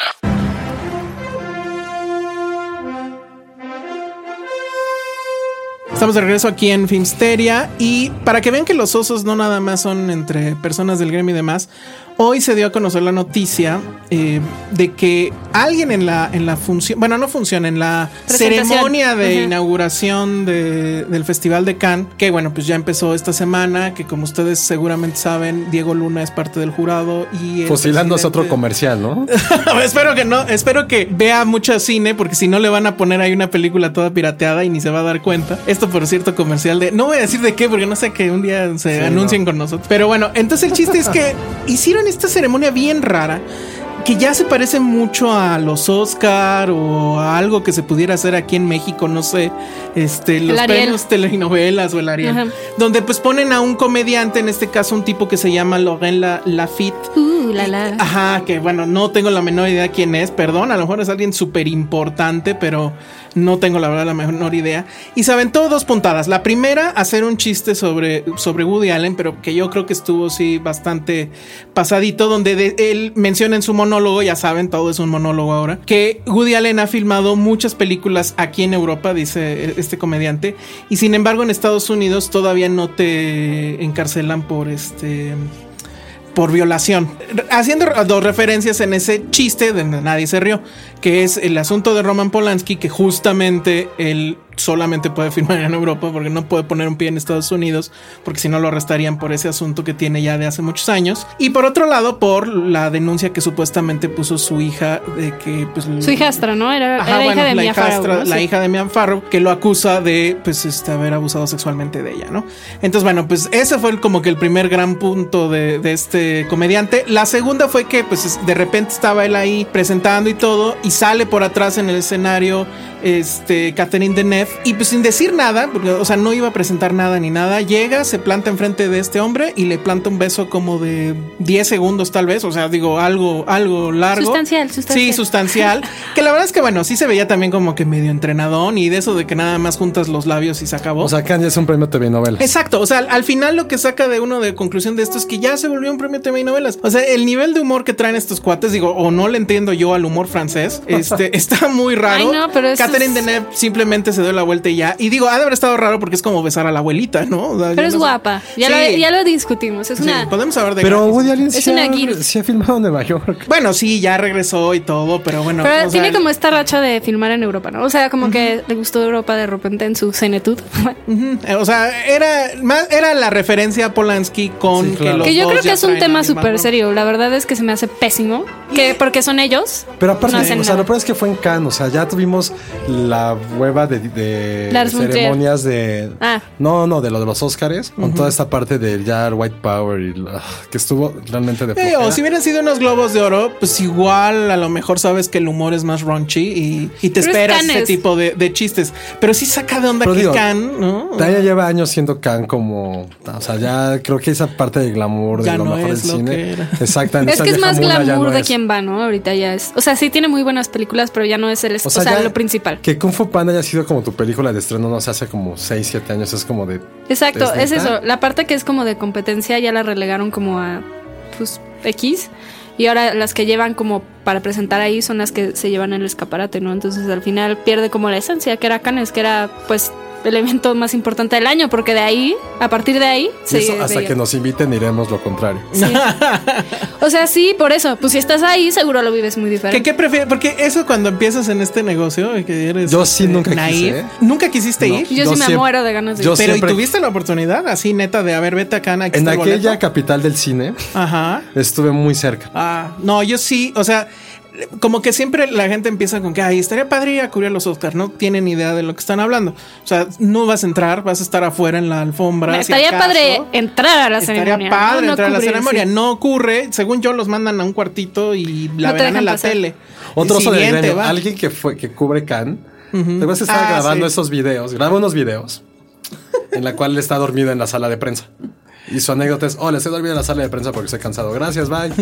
Speaker 4: Estamos de regreso aquí en Filmsteria y para que vean que los osos no nada más son entre personas del gremio y demás, hoy se dio a conocer la noticia eh, de que alguien en la, en la función, bueno, no función, en la
Speaker 5: Presentación.
Speaker 4: ceremonia de
Speaker 5: Ajá.
Speaker 4: inauguración de- del Festival de Cannes, que bueno, pues ya empezó esta semana, que como ustedes seguramente saben, Diego Luna es parte del jurado y... el
Speaker 3: Fusilando es otro
Speaker 4: presidente-
Speaker 3: comercial, ¿no?
Speaker 4: espero que no, espero que vea mucho cine, porque si no le van a poner ahí una película toda pirateada y ni se va a dar cuenta. Esto, por cierto, comercial de. No voy a decir de qué, porque no sé que un día se anuncien con nosotros. Pero bueno, entonces el chiste es que hicieron esta ceremonia bien rara. Que ya se parece mucho a los Oscar o a algo que se pudiera hacer aquí en México, no sé, este, los
Speaker 5: Ariel.
Speaker 4: premios telenovelas o el Ariel,
Speaker 5: Ajá.
Speaker 4: donde pues ponen a un comediante, en este caso un tipo que se llama Loren La Lafitte,
Speaker 5: Uh, la la.
Speaker 4: Ajá, que bueno, no tengo la menor idea quién es, perdón, a lo mejor es alguien súper importante, pero no tengo la verdad la menor idea. Y se aventó dos puntadas. La primera, hacer un chiste sobre, sobre Woody Allen, pero que yo creo que estuvo sí bastante pasadito, donde de- él menciona en su monólogo, ya saben, todo es un monólogo ahora, que Woody Allen ha filmado muchas películas aquí en Europa, dice eh, este comediante, y sin embargo en Estados Unidos todavía no te encarcelan por este por violación. Re- Haciendo re- dos referencias en ese chiste de nadie se rió, que es el asunto de Roman Polanski, que justamente él solamente puede firmar en Europa porque no puede poner un pie en Estados Unidos, porque si no lo arrestarían por ese asunto que tiene ya de hace muchos años. Y por otro lado, por la denuncia que supuestamente puso su hija de que pues,
Speaker 5: Su hijastra, ¿no? Era,
Speaker 4: Ajá,
Speaker 5: era
Speaker 4: bueno,
Speaker 5: hija de
Speaker 4: la
Speaker 5: Mia Farrow.
Speaker 4: hijastra-
Speaker 5: ¿no?
Speaker 4: la
Speaker 5: Sí.
Speaker 4: hija de Mia Farrow, que lo acusa de pues este, haber abusado sexualmente de ella, ¿no? Entonces, bueno, pues ese fue el- como que el primer gran punto de, de este comediante. La segunda fue que pues es- de repente estaba él ahí presentando y todo y sale por atrás en el escenario este Catherine Deneuve y pues sin decir nada, porque, o sea, no iba a presentar nada ni nada, llega, se planta enfrente de este hombre y le planta un beso como de 10 segundos tal vez, o sea, digo algo algo largo.
Speaker 5: Sustancial,
Speaker 4: Sí,
Speaker 5: sustancial.
Speaker 4: sustancial. Que la verdad es que, bueno, sí se veía también como que medio entrenadón y de eso de que nada más juntas los labios y se acabó.
Speaker 3: O sea, Candy es un premio TV novela.
Speaker 4: Exacto, o sea, al, al final lo que saca de uno de conclusión de esto es que ya se volvió un premio TV y novelas. O sea, el nivel de humor que traen estos cuates, digo, o no le entiendo yo al humor francés, este, está muy raro.
Speaker 5: Ay, no, pero eso
Speaker 4: Catherine
Speaker 5: es-
Speaker 4: Deneuve simplemente se dio la vuelta y ya. Y digo, ha de haber estado raro porque es como besar a la abuelita, ¿no? O sea, yo
Speaker 5: Pero es
Speaker 4: no sé.
Speaker 5: guapa. Ya,
Speaker 4: Sí.
Speaker 5: lo, ya lo discutimos. Es
Speaker 4: Sí, pues,
Speaker 5: una.
Speaker 4: podemos hablar de
Speaker 3: Pero
Speaker 4: gratis.
Speaker 3: Woody Allen
Speaker 5: Es
Speaker 3: sí
Speaker 5: una
Speaker 3: ha-
Speaker 5: guild.
Speaker 3: sí ha filmado en Nueva York.
Speaker 4: Bueno, sí, ya regresó y todo, pero bueno.
Speaker 5: Pero
Speaker 4: o
Speaker 5: tiene
Speaker 4: sea,
Speaker 5: como esta racha de filmar en Europa, ¿no? O sea, como que le gustó Europa de repente en su cenetud.
Speaker 4: Ujú, eh, O sea, era más era la referencia a Polanski con
Speaker 3: Sí, claro.
Speaker 4: los
Speaker 5: que yo
Speaker 4: dos
Speaker 5: creo que
Speaker 4: ya
Speaker 5: es un
Speaker 4: traen
Speaker 5: tema
Speaker 4: animal
Speaker 5: súper
Speaker 4: rojo.
Speaker 5: serio. La verdad es que se me hace pésimo. Que porque son ellos.
Speaker 3: Pero aparte,
Speaker 5: No hacen
Speaker 3: o sea,
Speaker 5: nada.
Speaker 3: lo peor es que fue en Cannes. O sea, ya tuvimos la hueva de, de
Speaker 5: Lars von Trier.
Speaker 3: ceremonias de.
Speaker 5: Ah.
Speaker 3: No, no, de lo de los Oscars. Con toda esta parte del ya el White Power y la- que estuvo realmente de
Speaker 4: Eh, o
Speaker 3: flojera.
Speaker 4: si hubieran sido unos globos de oro, pues igual a lo mejor sabes que el humor es más raunchy y, y te
Speaker 5: Pero es
Speaker 4: esperas
Speaker 5: Cannes.
Speaker 4: este tipo de, de chistes. Pero sí saca de onda
Speaker 3: Pero
Speaker 4: que
Speaker 3: digo,
Speaker 4: can, ¿no?
Speaker 3: Tania lleva años siendo can como, o sea, ya creo que esa parte del glamour de
Speaker 4: Ya
Speaker 3: lo
Speaker 4: no
Speaker 3: mejor
Speaker 4: es
Speaker 3: del
Speaker 4: lo
Speaker 3: cine.
Speaker 4: que era.
Speaker 3: Exacto, en
Speaker 5: Es
Speaker 3: esa
Speaker 5: que es
Speaker 3: vieja
Speaker 5: más
Speaker 3: mula ya
Speaker 5: glamour
Speaker 3: no
Speaker 5: de
Speaker 3: es.
Speaker 5: quien va, ¿no? Ahorita ya es. O sea, sí tiene muy buenas películas, pero ya no es el. O sea,
Speaker 3: ya
Speaker 5: lo principal.
Speaker 3: Que Kung Fu Panda haya sido como tu película de estreno, no sé, hace como 6, 7 años, es como de.
Speaker 5: Exacto,
Speaker 3: ¿es
Speaker 5: es
Speaker 3: neta?
Speaker 5: eso. La parte que es como de competencia ya la relegaron como a pues X y ahora las que llevan como para presentar ahí son las que se llevan en el escaparate, ¿no? Entonces al final pierde como la esencia que era Cannes, que era pues el evento más importante del año, porque de ahí, a partir de ahí,
Speaker 3: Y eso hasta
Speaker 5: veía.
Speaker 3: que nos inviten iremos lo contrario.
Speaker 5: O sea, sí, por eso. Pues si estás ahí, seguro lo vives muy
Speaker 4: ¿Qué,
Speaker 5: diferente.
Speaker 4: qué prefieres? Porque eso cuando empiezas en este negocio, que eres.
Speaker 3: Yo sí
Speaker 4: este,
Speaker 3: nunca quise,
Speaker 4: naif.
Speaker 3: ¿eh?
Speaker 4: Nunca quisiste
Speaker 3: No.
Speaker 4: ir.
Speaker 5: Yo,
Speaker 3: Yo
Speaker 5: sí me
Speaker 3: siempre-
Speaker 5: muero de ganas de
Speaker 3: yo
Speaker 5: ir.
Speaker 4: Pero ¿y
Speaker 3: siempre-
Speaker 4: tuviste la oportunidad así neta de a ver, vete acá, aquí
Speaker 3: En
Speaker 4: está el
Speaker 3: aquella
Speaker 4: este boleto?
Speaker 3: capital del cine
Speaker 4: Ajá.
Speaker 3: estuve muy cerca.
Speaker 4: Ah, no, yo sí, o sea, como que siempre la gente empieza con que, ay, estaría padre ir a cubrir los Oscars, no tienen idea de lo que están hablando. O sea, no vas a entrar, vas a estar afuera en la alfombra. si
Speaker 5: Estaría
Speaker 4: acaso.
Speaker 5: padre entrar a la
Speaker 4: Estaría
Speaker 5: ceremonia.
Speaker 4: padre
Speaker 5: ¿no? No
Speaker 4: entrar a la
Speaker 5: cubrir,
Speaker 4: ceremonia.
Speaker 5: sí.
Speaker 4: No ocurre. Según yo, los mandan a un cuartito y la
Speaker 5: No te
Speaker 4: verán
Speaker 5: dejan
Speaker 4: en la
Speaker 5: pasar.
Speaker 4: tele.
Speaker 3: Un
Speaker 4: El
Speaker 3: trozo de
Speaker 4: siguiente
Speaker 3: greno.
Speaker 4: va.
Speaker 3: Alguien que fue que cubre Cannes.
Speaker 4: Ujú.
Speaker 3: Te vas a estar
Speaker 4: Ah,
Speaker 3: grabando
Speaker 4: sí.
Speaker 3: esos videos. Graba unos videos en la cual está dormido en la sala de prensa. Y su anécdota es: Hola, estoy dormido en la sala de prensa porque estoy cansado. Gracias, bye.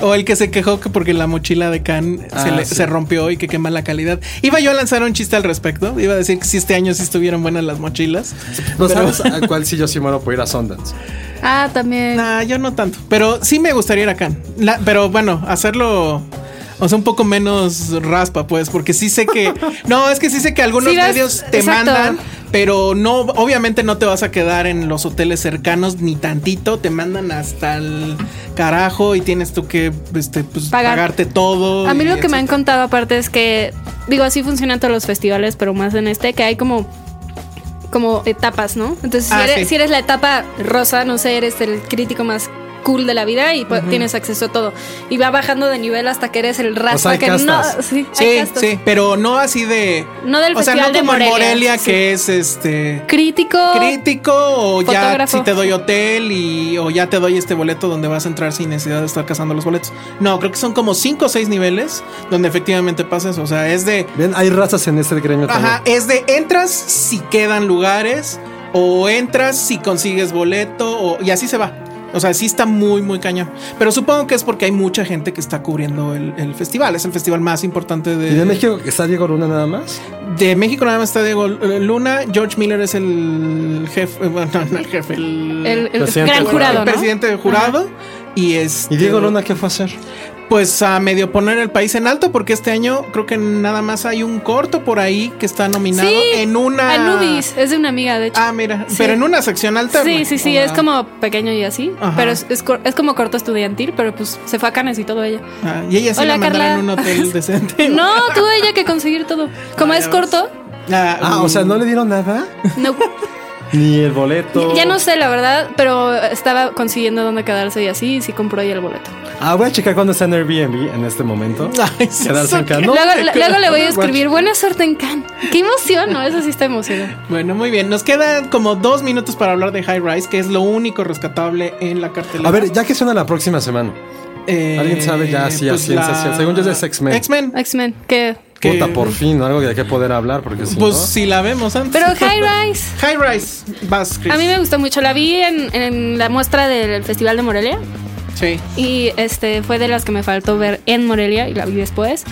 Speaker 4: O el que se quejó que porque la mochila de Can
Speaker 3: Ah,
Speaker 4: se, le-
Speaker 3: sí.
Speaker 4: se rompió y que quema la calidad. Iba yo a lanzar un chiste al respecto. Iba a decir que si este año sí estuvieron buenas las mochilas.
Speaker 3: No
Speaker 4: Pero-
Speaker 3: sabes a cuál sí yo sí muero por ir a Sundance.
Speaker 5: Ah, también.
Speaker 4: Nah, yo no tanto. Pero sí me gustaría ir a Cannes. La- pero bueno, hacerlo. O sea, un poco menos raspa, pues, porque sí sé que. No, es que sí sé que algunos
Speaker 5: Sí vas-
Speaker 4: medios te
Speaker 5: exacto.
Speaker 4: mandan, pero no, obviamente no te vas a quedar en los hoteles cercanos ni tantito. Te mandan hasta el carajo y tienes tú que este, pues,
Speaker 5: Pagar.
Speaker 4: pagarte todo.
Speaker 5: A mí
Speaker 4: y
Speaker 5: lo que me han
Speaker 4: etcétera.
Speaker 5: contado aparte es que, digo, así funcionan todos los festivales, pero más en este, que hay como como etapas, ¿no? Entonces, si,
Speaker 4: Ah,
Speaker 5: eres,
Speaker 4: sí.
Speaker 5: si eres la etapa rosa, no sé, eres el crítico más cool de la vida y pues, tienes acceso a todo. Y va bajando de nivel hasta que eres el raspa
Speaker 3: hay
Speaker 5: que no...
Speaker 3: castas.
Speaker 5: Sí, hay
Speaker 4: Sí,
Speaker 5: castas.
Speaker 4: sí, pero no así de.
Speaker 5: No del
Speaker 4: O sea, no
Speaker 5: Festival de
Speaker 4: como en
Speaker 5: Morelia,
Speaker 4: Morelia,
Speaker 5: sí.
Speaker 4: que es este.
Speaker 5: Crítico...
Speaker 4: crítico o ya
Speaker 5: Fotógrafo.
Speaker 4: si te doy hotel y o ya te doy este boleto donde vas a entrar sin necesidad de estar cazando los boletos. No, creo que son como cinco o seis niveles donde efectivamente pasas, o sea, es de
Speaker 3: Bien, hay razas en este gremio
Speaker 4: ajá,
Speaker 3: también.
Speaker 4: es de entras si quedan lugares o entras si consigues boleto o- y así se va. O sea, sí está muy, muy cañón. Pero supongo que es porque hay mucha gente que está cubriendo el, el festival. Es el festival más importante de,
Speaker 3: ¿Y de México está Diego Luna nada más?
Speaker 4: de México nada más está Diego Luna. George Miller es el jefe. Bueno, no el jefe, el,
Speaker 5: El, el
Speaker 3: Presidente
Speaker 5: gran
Speaker 3: del
Speaker 5: jurado, ¿no?
Speaker 4: el presidente del jurado. Y es.
Speaker 3: ¿Y Diego Luna qué fue a hacer?
Speaker 4: Pues a medio poner el país en alto, porque este año creo que nada más hay un corto por ahí que está nominado
Speaker 5: Sí,
Speaker 4: en una.
Speaker 5: Anubis, Ah, es de una amiga, de hecho.
Speaker 4: Ah, mira,
Speaker 5: Sí.
Speaker 4: pero en una sección alta. Ah,
Speaker 5: Sí, sí, sí, es como pequeño y así,
Speaker 4: Ajá.
Speaker 5: pero es, es cor- es como corto estudiantil, pero pues se fue a Canes y todo ella.
Speaker 4: ah, y ella sí
Speaker 5: Hola,
Speaker 4: la mandaron
Speaker 5: Carla.
Speaker 4: en un hotel decente.
Speaker 5: No, tuvo ella que conseguir todo. Como
Speaker 4: Ah,
Speaker 5: es
Speaker 4: ya ves.
Speaker 5: corto,
Speaker 4: Ah,
Speaker 3: Ah, o sea, no le dieron nada.
Speaker 5: no,
Speaker 3: Ni el boleto.
Speaker 5: ya no sé la verdad, pero estaba consiguiendo dónde quedarse y así, y sí compró ella el boleto.
Speaker 3: Ah, voy a checar cuándo está en Airbnb en este momento.
Speaker 4: Ay, sí,
Speaker 3: Quedarse en
Speaker 4: eso
Speaker 3: Cannes. No,
Speaker 5: luego,
Speaker 3: te
Speaker 5: le-
Speaker 3: creo.
Speaker 5: luego le voy a
Speaker 3: Guacha.
Speaker 5: escribir, buena suerte en Cannes. Qué emoción, ¿no? Eso sí está emocionante.
Speaker 4: Bueno, muy bien. Nos quedan como dos minutos para hablar de High Rise, que es lo único rescatable en la cartelera.
Speaker 3: A ver, ya que suena la próxima semana.
Speaker 4: Eh, pues
Speaker 3: ¿Alguien sabe ya así a ciencia cierta? Según yo es de X-Men.
Speaker 4: X-Men.
Speaker 5: X-Men, que...
Speaker 4: Que-
Speaker 3: Puta, por fin, algo de qué poder hablar, porque si
Speaker 4: Pues
Speaker 3: no-
Speaker 4: si la vemos antes.
Speaker 5: Pero High Rise.
Speaker 4: High Rise, vas, Chris.
Speaker 5: A mí me gustó mucho, la vi en, en la muestra del Festival de Morelia
Speaker 4: Sí.
Speaker 5: y este fue de las que me faltó ver en Morelia y la vi después.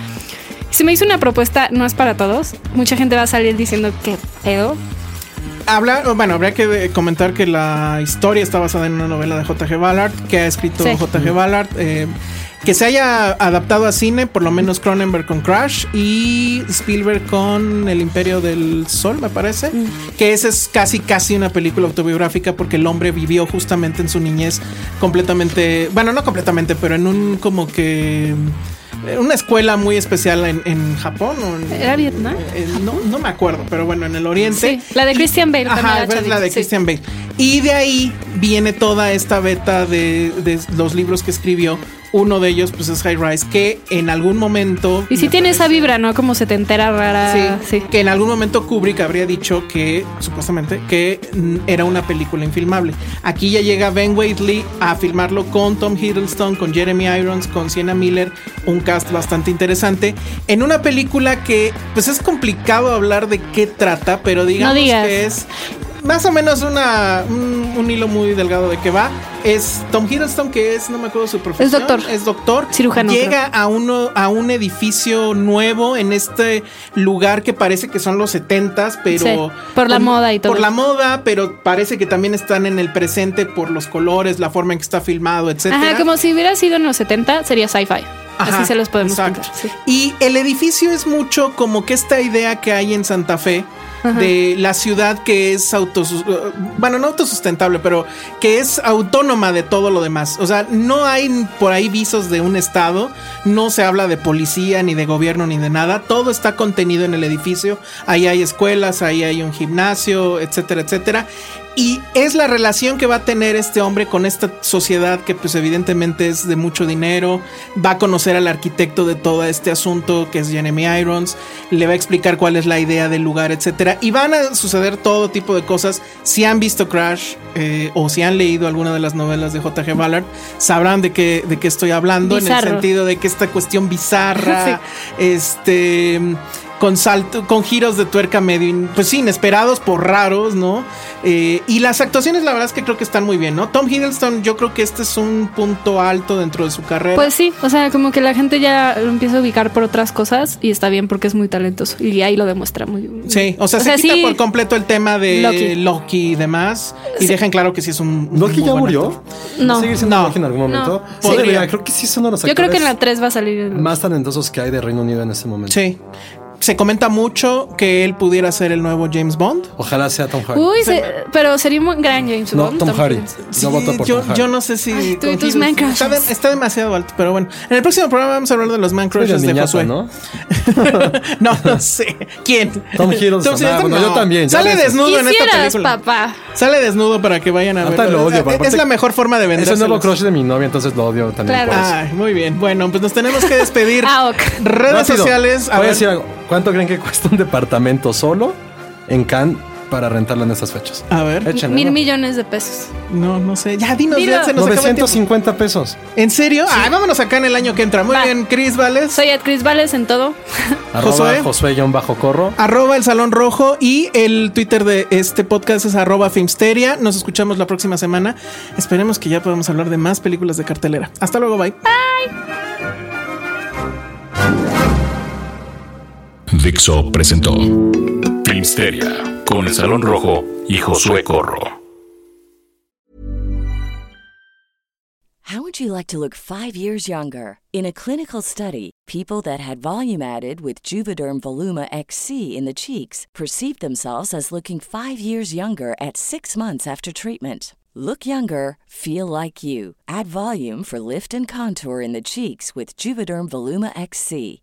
Speaker 5: Se me hizo una propuesta, no es para todos. Mucha gente va a salir diciendo que pedo,
Speaker 4: Habla, bueno, habría que eh, comentar que la historia está basada en una novela de J.G. Ballard que ha escrito
Speaker 5: Sí.
Speaker 4: J.G. Ballard. eh, que se haya adaptado a cine, por lo menos Cronenberg con Crash y Spielberg con El Imperio del Sol, me parece.
Speaker 5: Mm.
Speaker 4: Que esa es casi, casi una película autobiográfica porque el hombre vivió justamente en su niñez completamente, bueno, no completamente, pero en un como que... eh, Una escuela muy especial en, en Japón. o en-
Speaker 5: ¿Era Vietnam?
Speaker 4: eh, no, no me acuerdo, pero bueno, en el oriente.
Speaker 5: Sí, la de Christian Bale, también
Speaker 4: Ajá,
Speaker 5: la
Speaker 4: es la
Speaker 5: chavita,
Speaker 4: de
Speaker 5: sí.
Speaker 4: Christian Bale. Y de ahí viene toda esta beta de, de los libros que escribió. Uno de ellos, pues, es High Rise, que en algún momento.
Speaker 5: Y sí
Speaker 4: me
Speaker 5: tiene esa
Speaker 4: parece-
Speaker 5: vibra, ¿no? Como setentera rara. Sí.
Speaker 4: Sí, que en algún momento Kubrick habría dicho que, supuestamente, que mm, era una película infilmable. Aquí ya llega Ben Waitley a filmarlo con Tom Hiddleston, con Jeremy Irons, con Sienna Miller, un cast bastante interesante. En una película que, pues es complicado hablar de qué trata, pero digamos
Speaker 5: digas.
Speaker 4: que es más o menos una, un, un hilo muy delgado de que va. Es Tom Hiddleston, que es, no me acuerdo su profesión.
Speaker 5: doctor.
Speaker 4: Es doctor.
Speaker 5: Cirujano,
Speaker 4: Llega a, uno, a un edificio nuevo en este lugar que parece que son los 70s, pero.
Speaker 5: Sí, por la moda y todo.
Speaker 4: Por la moda, pero parece que también están en el presente por los colores, la forma en que está filmado, etc.
Speaker 5: Ajá, como si hubiera sido en los 70, sería sci-fi. Así
Speaker 4: Ajá,
Speaker 5: se los podemos
Speaker 4: exacto.
Speaker 5: contar, sí.
Speaker 4: Y el edificio es mucho como que esta idea que hay en Santa Fe de la ciudad que es autosus bueno, no autosustentable, pero que es autónoma de todo lo demás. O sea, no hay por ahí visos de un estado, no se habla de policía ni de gobierno ni de nada, todo está contenido en el edificio. Ahí hay escuelas, ahí hay un gimnasio, etcétera, etcétera. Y es la relación que va a tener este hombre con esta sociedad que pues evidentemente es de mucho dinero. Va a conocer al arquitecto de todo este asunto que es Jeremy Irons. Le va a explicar cuál es la idea del lugar, etc. Y van a suceder todo tipo de cosas. Si han visto Crash eh, o si han leído alguna de las novelas de J.G. Ballard, sabrán de qué, de qué estoy hablando. En el
Speaker 5: Bizarro.
Speaker 4: sentido de que esta cuestión bizarra, este con salto, con giros de tuerca medio, in- pues sí, inesperados por raros, ¿no? Eh, y las actuaciones, la verdad es que creo que están muy bien, ¿no? Tom Hiddleston, yo creo que este es un punto alto dentro de su carrera.
Speaker 5: Pues sí, o sea, como que la gente ya lo empieza a ubicar por otras cosas y está bien porque es muy talentoso y ahí lo demuestra muy
Speaker 4: sí, o sea, se quita por completo el tema de Loki,
Speaker 5: Loki.
Speaker 4: y demás y dejan claro que sí es un. un
Speaker 3: ¿Loki
Speaker 4: muy
Speaker 3: ya
Speaker 4: buen actor.
Speaker 3: murió?
Speaker 5: No.
Speaker 3: ¿Va a seguir siendo
Speaker 4: No.
Speaker 3: Loki en algún momento?
Speaker 5: No.
Speaker 3: Sí,
Speaker 4: Podría.
Speaker 3: debería. creo que sí es uno de los
Speaker 5: Yo creo que en la
Speaker 3: actores
Speaker 5: 3 va a salir el-
Speaker 3: más talentosos que hay de Reino Unido en este momento.
Speaker 4: Sí. Se comenta mucho que él pudiera ser el nuevo James Bond.
Speaker 3: Ojalá sea Tom Hardy.
Speaker 5: Uy, se- pero sería un gran James
Speaker 3: no,
Speaker 5: Bond.
Speaker 3: Tom Hardy.
Speaker 5: Cruise.
Speaker 4: Sí,
Speaker 3: Yo voto por
Speaker 4: yo,
Speaker 3: Tom Hardy.
Speaker 4: yo no sé si.
Speaker 5: Ay, tú y
Speaker 4: con
Speaker 5: tus
Speaker 4: Hiddleston.
Speaker 5: man crushes.
Speaker 4: está, de- está demasiado alto, pero bueno. En el próximo programa vamos a hablar de los man
Speaker 3: Soy de
Speaker 4: crushes de
Speaker 3: niñato,
Speaker 4: Josué.
Speaker 3: ¿no?
Speaker 4: no, no sé. ¿Quién?
Speaker 3: Tom Hiddleston. Ah, bueno, yo también, ya
Speaker 4: Sale
Speaker 3: ves.
Speaker 4: desnudo en esta
Speaker 5: Quisieras,
Speaker 4: película.
Speaker 5: papá.
Speaker 4: Sale desnudo para que vayan a
Speaker 3: Ahorita
Speaker 4: verlo.
Speaker 3: lo odio, pero
Speaker 4: Es- es
Speaker 3: aparte-
Speaker 4: la mejor forma de
Speaker 3: Es
Speaker 4: vender.
Speaker 3: el nuevo crush de mi novia, entonces lo odio también pues.
Speaker 5: Claro.
Speaker 3: por eso.
Speaker 4: Ay, muy bien. Bueno, pues nos tenemos que despedir.
Speaker 5: Ah, ok.
Speaker 4: Redes
Speaker 3: Rápido,
Speaker 4: sociales.
Speaker 3: Voy
Speaker 4: a
Speaker 3: a
Speaker 4: ver.
Speaker 3: decir algo. ¿Cuánto creen que cuesta un departamento solo en Cannes para rentarlo en estas fechas?
Speaker 4: A ver.
Speaker 3: Échenle.
Speaker 5: Mil
Speaker 3: ¿no?
Speaker 5: millones de pesos.
Speaker 4: No, no sé. Ya, dinos,
Speaker 5: Dilo.
Speaker 4: ya se nos acaba el tiempo.
Speaker 3: 950 pesos.
Speaker 4: ¿En serio? Ay, vámonos acá en el año que entra. Muy
Speaker 5: Va.
Speaker 4: bien, Chris Vales.
Speaker 5: Soy at Chris Vales en todo.
Speaker 4: Josué.
Speaker 3: Arroba Josué-Corro.
Speaker 4: Arroba el Salón Rojo y el Twitter de este podcast es arroba Filmsteria. Nos escuchamos la próxima semana. Esperemos que ya podamos hablar de más películas de cartelera. Hasta luego, bye.
Speaker 1: Dixo presentó Filmsteria con el Salón Rojo y Josué Corro.
Speaker 6: How would you like to look five years younger? In a clinical study, people that had volume added with Juvederm Voluma XC in the cheeks perceived themselves as looking five years younger at six months after treatment. Look younger, feel like you. Add volume for lift and contour in the cheeks with Juvederm Voluma XC.